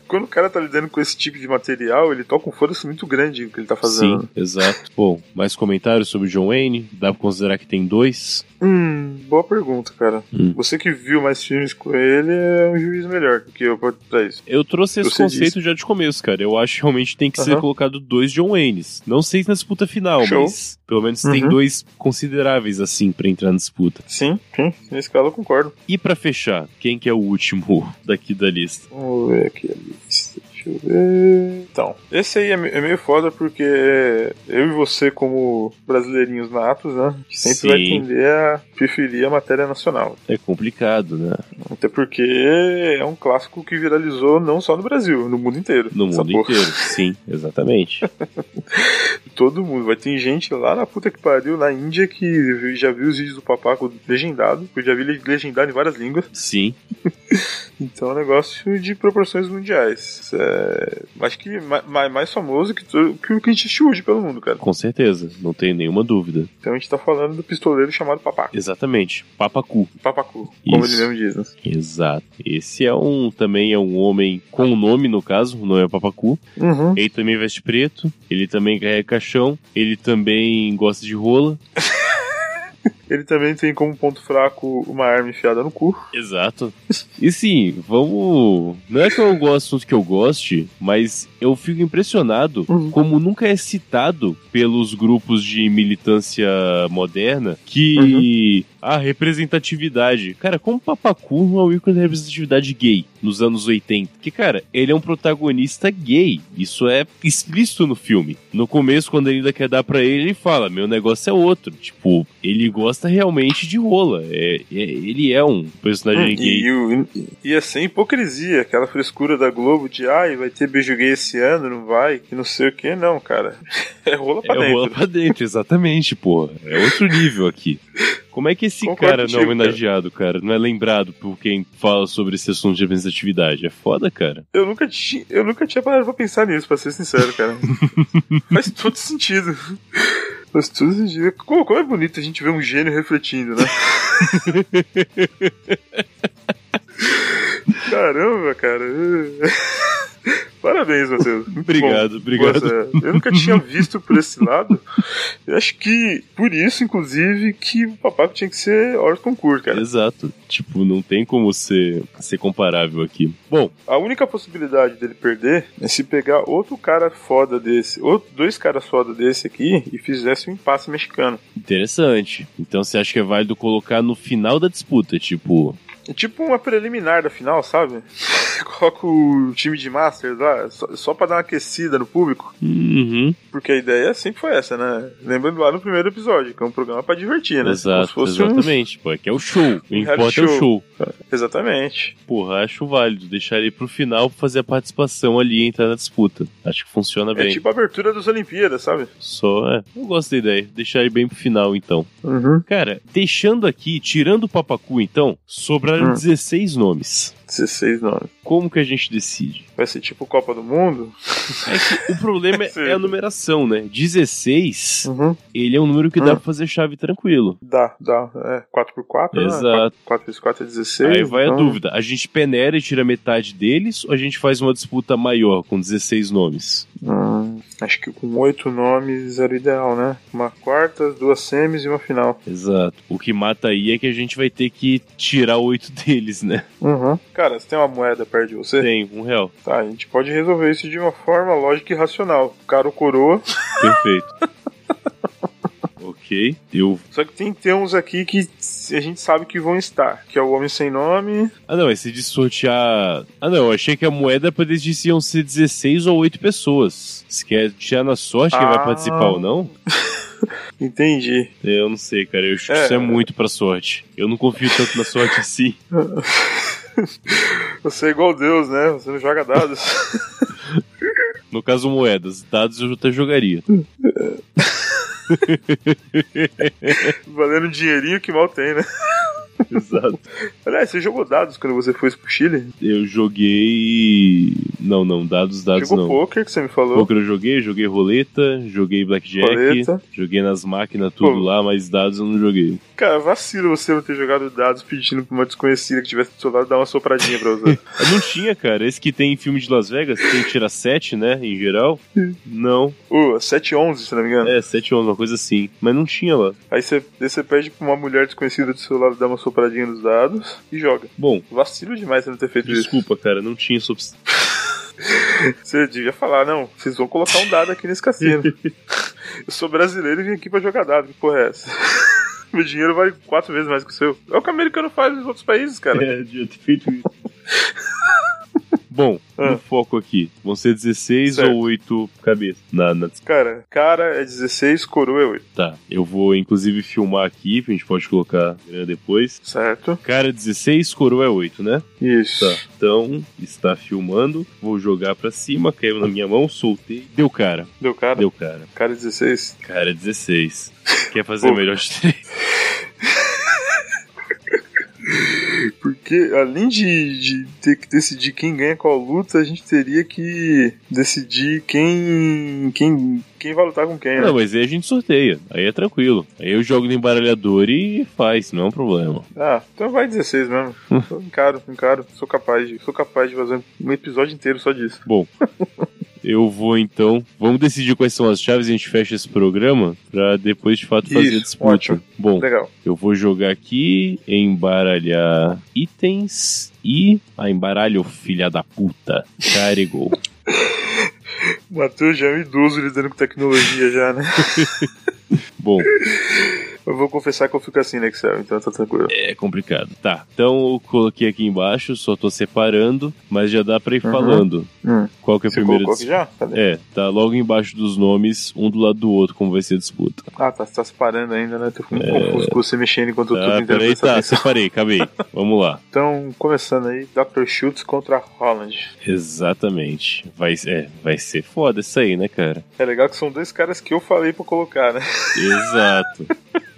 Quando o cara tá lidando com esse tipo de material, ele toca um foda-se muito grande o que ele tá fazendo.
Sim, exato. Bom, mais comentários sobre o John Wayne? Dá pra considerar que tem dois?
Hum, boa pergunta, cara.
Hum.
Você que viu mais filmes com ele é um juiz melhor do que eu pra pra isso.
Eu trouxe esse
Você
conceito já de começo, cara. Eu acho que realmente tem que ser
Aham.
colocado dois John Waynes. Não sei se na disputa final,
Show.
mas pelo menos tem
Uhum.
dois consideráveis assim pra entrar na disputa.
Sim, sim. Nesse caso eu concordo.
E pra fechar, quem que é o último <laughs> daqui da lista?
Vamos ver aqui a lista. Deixa eu ver. Então, esse aí é me- é meio foda porque eu e você, como brasileirinhos natos, né? que Sempre vai
Sim.
tender a preferir a matéria nacional.
É complicado, né?
Até porque é um clássico que viralizou não só no Brasil, no mundo inteiro.
No
Essa
mundo
porra.
inteiro. Sim,
<laughs>
exatamente.
Todo mundo. Vai ter gente lá na puta que pariu, na Índia, que já viu os vídeos do Papaco legendado, que eu já vi ele legendado em várias línguas.
Sim.
Então é um negócio de proporções mundiais. É, acho que ma- ma- mais famoso que, to- que o que a gente assiste hoje pelo mundo, cara.
Com certeza, não tenho nenhuma dúvida.
Então a gente tá falando do pistoleiro chamado Papaco.
Exatamente. Papacu.
Papacu, como
Isso.
ele mesmo diz, né?
Exato. Esse é um também é um homem com nome no caso, o nome é Papacu.
Uhum.
Ele também veste preto, ele também carrega caixão, ele também gosta de rola.
Ele também tem como ponto fraco uma arma enfiada no cu.
Exato. E sim, vamos. Não é que eu gosto do que eu goste, mas eu fico impressionado
Uhum.
como nunca é citado pelos grupos de militância moderna
Uhum.
que a representatividade. Cara, como Papacu não é um ícone da representatividade gay nos anos 80? Que, cara, ele é um protagonista gay. Isso é explícito no filme. No começo, quando ele ainda quer dar pra ele, ele fala: meu negócio é outro. Tipo, ele gosta realmente de rola. É, é- ele é um personagem
Hum, E,
gay.
o- e, e é sem hipocrisia, aquela frescura da Globo de ai, vai ter beijo gay esse ano, não vai, que não sei o que, não, cara. <laughs> É rola pra
É
dentro.
rola pra dentro, exatamente, porra. É outro nível aqui. Como é que esse
Concordo
cara não é
contigo,
homenageado, cara. Não é lembrado por quem fala sobre esse assunto de representatividade? É foda, cara.
Eu nunca, ti, eu nunca tinha parado pra pensar nisso, pra ser sincero,
<laughs>
cara. Faz todo sentido. Faz todo sentido. Como, como é bonito a gente ver um gênio refletindo,
<laughs>
né? Caramba, cara. <laughs> Parabéns, Matheus.
Obrigado, obrigado.
Nossa, é, eu nunca tinha visto por esse lado. Eu acho que por isso, inclusive, que o papaco tinha que ser hora do concurso, cara.
Exato. Tipo, não tem como ser, ser comparável aqui. Bom,
A única possibilidade dele perder é se pegar outro cara foda desse, ou dois caras foda desse aqui e fizesse um impasse mexicano.
interessante. Então você acha que é válido colocar no final da disputa, tipo,
É tipo uma preliminar da final, sabe? <laughs> Coloca o time de Masters lá, só, só pra dar uma aquecida no público.
uhum,
Porque a ideia sempre foi essa, né? Lembrando lá no primeiro episódio, que é um programa pra divertir, né? Como se
exato,
fosse um-
exatamente. Pô, é que é o show. O que importa é o
show.
show.
Exatamente.
Porra, acho válido. Deixar ele pro final pra fazer a participação ali e entrar na disputa. Acho que funciona
É
bem.
tipo a abertura das Olimpíadas, sabe?
Só, é. Eu gosto da ideia. Deixar ele bem pro final, então.
Uhum.
Cara, deixando aqui, tirando o Papacu, então, sobraram
Hum.
16 nomes.
16 nomes.
Como que a gente decide?
Vai ser tipo Copa do Mundo?
O
<laughs>
problema é- é a numeração, né? 16,
Uhum.
ele é um número que dá
Hum.
pra fazer chave tranquilo.
Dá, dá. É, 4x4, né?
Exato.
4x4 é 16.
Aí vai a
então-
dúvida: a gente peneira e tira metade deles ou a gente faz uma disputa maior com 16 nomes?
Hum, acho que com oito nomes era o ideal, né? Uma quarta, duas semis e uma final.
Exato. O que mata aí é que a gente vai ter que tirar oito <laughs> deles, né?
Uhum. Cara, você tem uma moeda perto de você?
Tem, um real.
Tá, a gente pode resolver isso de uma forma lógica e racional. Cara ou coroa. <laughs>
Perfeito. ok. Eu.
Só que tem, tem uns aqui que a gente sabe que vão estar. Que é o Homem Sem Nome.
Ah, não, esse de sortear. Ah, não, eu achei que a moeda era pra decidir se iam ser 16 ou 8 pessoas. Se quer tirar na sorte quem vai
Ah.
participar ou não?
Entendi.
Eu não sei, cara. Eu acho que
É.
isso é muito pra sorte. Eu não confio tanto na sorte assim.
Você é igual Deus, né? Você não joga dados.
No caso, moedas. Dados eu
<laughs>
até jogaria.
Valendo um dinheirinho que mal tem, né?
Exato.
Aliás, você jogou dados quando você foi pro Chile?
Eu joguei. Não, não, dados, dados
jogou
não.
poker que você me falou.
Poker eu joguei, joguei roleta, joguei blackjack,
Roleta.
joguei nas máquinas, tudo
Pô.
lá, mas dados eu não joguei.
Cara, vacilo você não ter jogado dados pedindo pra uma desconhecida que tivesse do seu lado dar uma sopradinha pra você.
<laughs> Ah, Não tinha, cara. Esse que tem em filme de Las Vegas, tem tira 7, né, em geral. Não.
Ô, 711, Uh, se não me engano.
É, 7 ou uma coisa assim. Mas não tinha lá.
Aí você, daí você pede pra uma mulher desconhecida do seu lado dar uma sopradinha nos dados e joga.
Bom,
Vacilo demais você não ter feito
desculpa, cara, não tinha sobre... <laughs>
isso. Você devia falar, não, vocês vão colocar um dado aqui nesse
<laughs>
cassino. Eu sou brasileiro e vim aqui pra jogar dado, que porra é essa? <laughs> Meu dinheiro vale quatro vezes mais que o seu. É o que o americano faz nos outros países, cara.
É, devia ter feito isso. Bom,
Ah.
no foco aqui, vão ser 16
Certo.
ou 8 cabeças na, na
Cara, cara é 16, coroa é 8.
Tá, eu vou inclusive filmar aqui, a gente pode colocar né, depois.
Certo?
Cara 16, coroa é 8, né?
Isso.
Tá. Então, está filmando. Vou jogar pra cima, caiu na minha mão, soltei. Deu cara,
Deu cara?
deu cara.
Cara é 16.
Cara 16. Quer fazer
Pô.
melhor de três?
Porque além de, de ter que decidir quem ganha qual luta, a gente teria que decidir quem. quem. quem vai lutar com quem, né?
Não, mas aí a gente sorteia. Aí é tranquilo. Aí eu jogo no embaralhador e faz, não é um problema.
Ah, então vai 16 mesmo.
Hum.
um Eu encaro, encaro. Sou capaz de. Sou capaz de fazer um episódio inteiro só disso.
Eu vou então. Vamos decidir quais são as chaves e a gente fecha esse programa pra depois de fato fazer a
Isso,
disputa.
ótimo.
Bom,
Legal.
Eu vou jogar aqui, embaralhar itens e. Ah, embaralho, filha da puta.
<laughs>
Carregou.
O Matheus já é um idoso lidando com tecnologia já, né?
Bom,
Eu vou confessar que eu fico assim, né, Excel, então tá tranquilo.
é complicado. Tá, então eu coloquei aqui embaixo, só tô separando, mas já dá pra ir
Uhum.
falando.
Hum.
Qual que é a
Você
primeira
colocou aqui
disputa?
já? Cadê?
É, tá logo embaixo dos nomes, um do lado do outro, como vai ser a disputa.
Ah, tá, você tá separando ainda, né? Tô ficando confuso com você mexendo enquanto eu tô
Ah,
tentando
peraí,
prestar
tá,
atenção. <laughs>
separei, acabei. Vamos lá.
Então, começando aí, Dr. Schultz contra Holland.
Exatamente. Vai, é, vai ser foda isso aí, né, cara?
É legal que são dois caras que eu falei pra colocar, né?
Exato.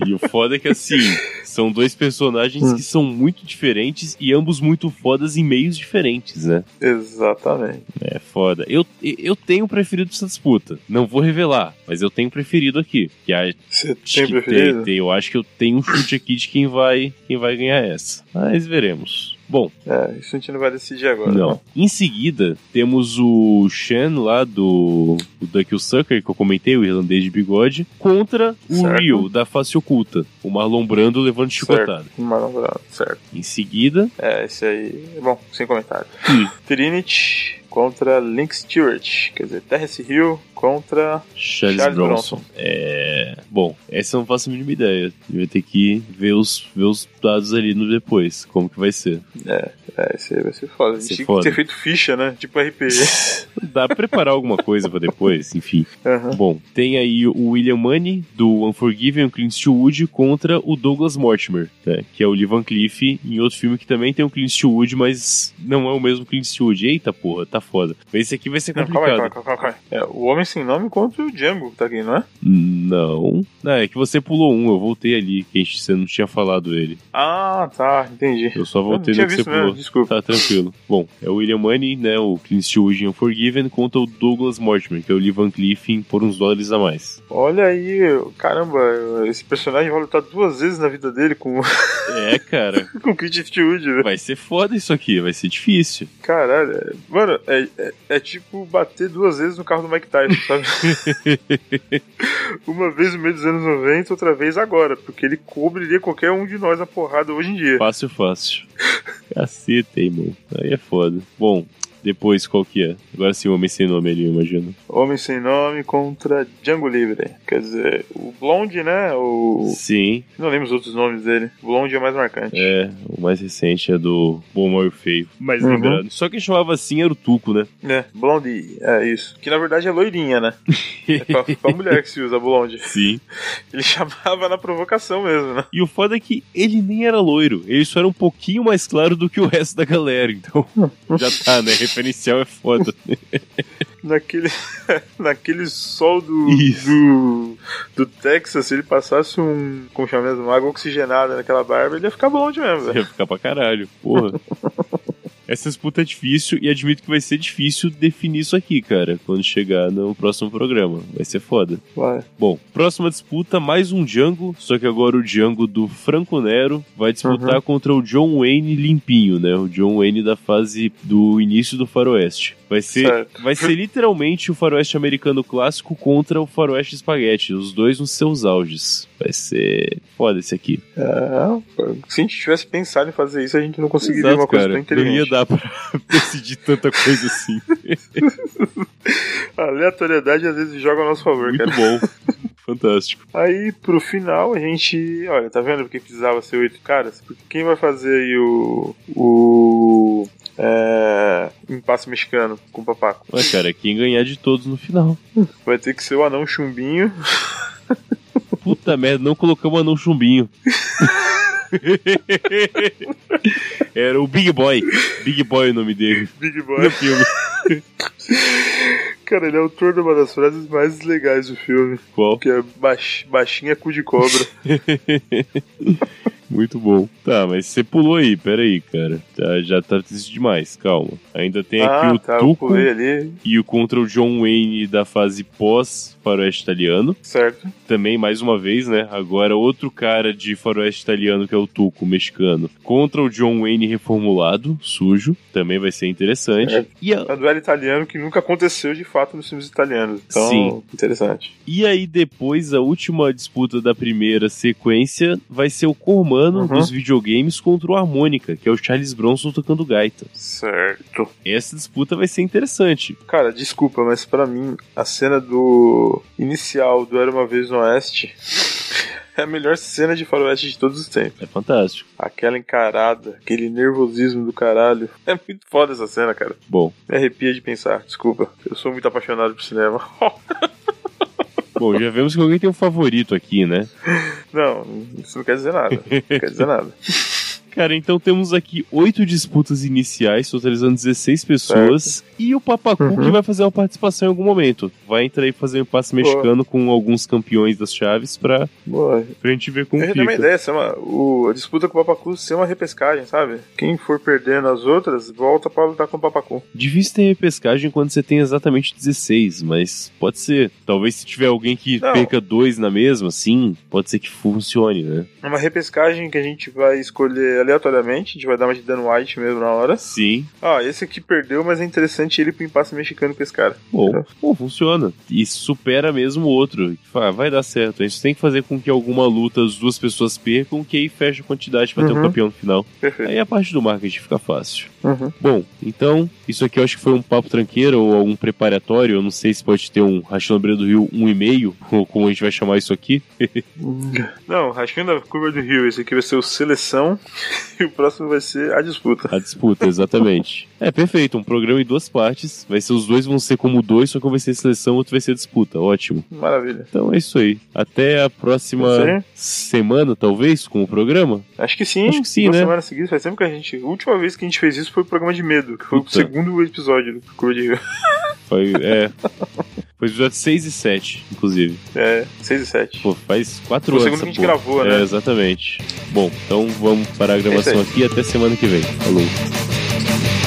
E o foda é que assim, São dois personagens
Hum.
que são muito diferentes e ambos muito fodas em meios diferentes, né?
<laughs> Exatamente.
É foda. Eu, eu tenho um preferido pra essa disputa. Não vou revelar, mas eu tenho um preferido aqui. Que acho
Você tem
que
preferido?
tem- tem- eu acho que eu tenho um chute aqui de quem vai, quem vai ganhar essa. Mas veremos. Bom,
É, isso a gente não vai decidir agora.
não. Em seguida, temos o Shen lá do, do Duck Sucker, que eu comentei, o irlandês de bigode, contra o
Certo.
Rio, da face oculta. O Marlon Brando levando chicotada.
Marlon Brando, certo.
Em seguida,
É, esse aí. Bom, sem comentário.
Hum.
<laughs> Trinity contra Link Stewart. Quer dizer, Terrence Hill contra
Charles,
Charles
Bronson.
Bronson.
É. Bom, essa eu não faço a mínima ideia. Eu Vai ter que ver os, ver os dados ali no depois, como que vai ser.
É, esse aí vai ser foda. A
Vai
gente
ser
tinha
foda.
que ter feito ficha, né? Tipo
<laughs>
RPG.
Dá pra preparar alguma coisa pra depois, enfim.
Aham.
Bom, tem aí o William Money, do Unforgiven, o Clint Eastwood, contra o Douglas Mortimer, né, que é o Lee Van Cleef, em outro filme que também tem o Clint Eastwood, mas não é o mesmo Clint Eastwood. Eita porra, tá foda. Mas esse aqui vai ser
Não, calma aí,
complicado.
calma, aí, calma, aí, calma. aí. É, o Homem Sem Nome contra o Django, tá aqui, não é?
Não. Não, é que você pulou um, eu voltei ali, que a gente, você não tinha falado ele.
Ah, tá, entendi.
Eu só
Eu não
voltei
tinha
no que você
visto né?
pulou.
mesmo, desculpa.
Tá tranquilo. Bom, é o William Money, né? O Clint Eastwood em Unforgiven contra o Douglas Mortimer, que é o Lee Van Cleef em por uns dólares a mais.
Olha aí, caramba, esse personagem vai lutar duas vezes na vida dele com, <laughs>
É, cara,
com o Clint Eastwood, né?
vai ser foda isso aqui, vai ser difícil.
Caralho, é- mano, é, é- é tipo bater duas vezes no carro do Mike Tyson,
<laughs>
sabe? Uma vez no meio dos anos 90, outra vez agora, porque ele cobriria qualquer um de nós na porrada hoje em dia.
Fácil, fácil. Caceta, hein, mano. Aí é foda. Bom, depois qual que é? Agora sim, o homem sem nome ali, eu imagino.
Homem Sem Nome contra Django Livre. Quer dizer, o Blonde, né? O...
Sim,
Não lembro os outros nomes dele. O Blonde é o mais marcante.
é. O mais recente é do Bom, Mal e o Feio. Mais
Uhum.
lembrado. Só quem chamava assim era o Tuco, né?
É, Blondie, é isso. Que na verdade é loirinha, né? É pra, pra mulher que se usa Blonde.
Sim.
Ele <laughs> chamava na provocação mesmo, né?
E o foda é que ele nem era loiro, ele só era um pouquinho mais claro do que o resto da galera, então já tá, né? Referencial é foda.
Naquele, <laughs> naquele sol do,
Isso.
do, do Texas, se ele passasse um, como chama mesmo, água oxigenada naquela barba, ele ia ficar blonde mesmo, velho.
<laughs> Ia ficar pra caralho, porra. Essa disputa é difícil e admito que vai ser difícil definir isso aqui, cara, quando chegar no próximo programa. Vai ser foda.
Vai.
Bom, próxima disputa, mais um Django, só que agora o Django do Franco Nero vai disputar contra o John Wayne limpinho, né? O John Wayne da fase do início do faroeste. Vai ser,
Certo.
vai ser literalmente o faroeste americano clássico contra o faroeste espaguete, os dois nos seus auges. Vai ser foda esse aqui.
É, pô, se a gente tivesse pensado em fazer isso, a gente não conseguiria uma coisa tão
não ia
inteligente.
dar pra <laughs> decidir tanta coisa assim.
A aleatoriedade às vezes joga a nosso favor,
Muito
cara.
bom. Fantástico.
Aí pro final a gente. Olha, tá vendo porque precisava ser oito caras? Porque quem vai fazer aí o. O. É, impasse mexicano com o papaco?
Mas, cara, quem ganhar de todos no final?
Vai ter que ser o anão chumbinho. <laughs>
Puta merda, não colocamos anão chumbinho. <laughs> Era o Big Boy. Big Boy é o nome dele
Big
no
Boy.
filme.
Cara, ele é autor de uma das frases mais legais do filme.
Qual?
Que é baix, baixinha cu de cobra.
Muito bom. Tá, mas você pulou aí, peraí, cara. Tá, já tá triste demais, calma. Ainda tem aqui
ah,
é o
tá, eu
Tuco
pulei ali.
e o contra o John Wayne da fase pós-faroeste italiano.
Certo.
Também, mais uma vez, né? Agora outro cara de faroeste italiano, que é o Tuco, mexicano, contra o John Wayne reformulado, sujo. Também vai ser interessante.
É.
E, a-
É um duelo italiano que nunca aconteceu de fato nos filmes italianos. Então,
Sim.
interessante.
e aí, depois, a última disputa da primeira sequência vai ser o Cormano
Uhum.
dos videogames contra o Harmônica, que é o Charles Bronson tocando gaita.
Certo.
Essa disputa vai ser interessante.
Cara, desculpa, mas pra mim a cena do inicial do Era uma Vez no Oeste <laughs> é a melhor cena de faroeste de todos os tempos.
É fantástico.
Aquela encarada, aquele nervosismo do caralho. É muito foda essa cena, cara.
Bom,
Me arrepia de pensar, desculpa. Eu sou muito apaixonado por cinema. <laughs>
bom, já vemos que alguém tem um favorito aqui, né?
Não, isso não quer dizer nada. Não quer dizer nada.
Cara, então temos aqui oito disputas iniciais, totalizando 16 pessoas. E o Papacu
Uhum.
que vai fazer uma participação em algum momento. Vai entrar e fazer um passe mexicano com alguns campeões das chaves pra,
Boa.
pra gente ver como
Eu tenho uma
fica.
ideia, ser uma, o, a disputa com o Papacu ser uma repescagem, sabe? Quem for perdendo as outras, volta pra lutar com o Papacu.
Difícil ter repescagem quando você tem exatamente 16, mas pode ser. Talvez se tiver alguém que
Não.
perca dois na mesma, sim, pode ser que funcione, né?
É uma repescagem que a gente vai escolher aleatoriamente, a gente vai dar uma de Dan White mesmo na hora.
Sim.
Ó, esse aqui perdeu, mas é interessante ele pro impasse mexicano com esse cara.
Bom, bom, funciona. E supera mesmo o outro. Fala, "Ah, vai dar certo. A gente tem que fazer com que alguma luta as duas pessoas percam, que aí fecha a quantidade pra ter um
Uhum.
campeão no final.
Perfeito.
Aí a parte do marketing fica fácil.
Uhum.
Bom, então, isso aqui eu acho que foi um papo tranqueiro ou algum preparatório. Eu não sei se pode ter um Rachão Breira do Rio 1,5, <laughs> ou como a gente vai chamar isso aqui.
Não, rascunho da curva do Rio, esse aqui vai ser o Seleção <laughs> e o próximo vai ser a disputa.
A disputa, exatamente. <laughs> é, perfeito. Um programa em duas partes. Vai ser os dois vão ser como dois, só que um vai ser seleção, outro vai ser disputa. Ótimo.
Maravilha.
Então é isso aí. Até a próxima
Você?
semana, talvez, com o programa.
Acho que sim.
Acho que sim,
Uma
né?
semana seguida, faz tempo que a gente. A última vez que a gente fez isso foi o programa de medo, que foi
Puta.
o segundo episódio do Curva de Rio. <laughs>
Foi, é. Foi episódio 6 e 7, inclusive.
É, 6 e 7.
Pô, faz quatro
Foi o
anos.
segundo que
essa
a gente
porra.
gravou, né? É
É, exatamente. Bom, então vamos parar a
isso
gravação
aí.
aqui e até semana que vem. Falou.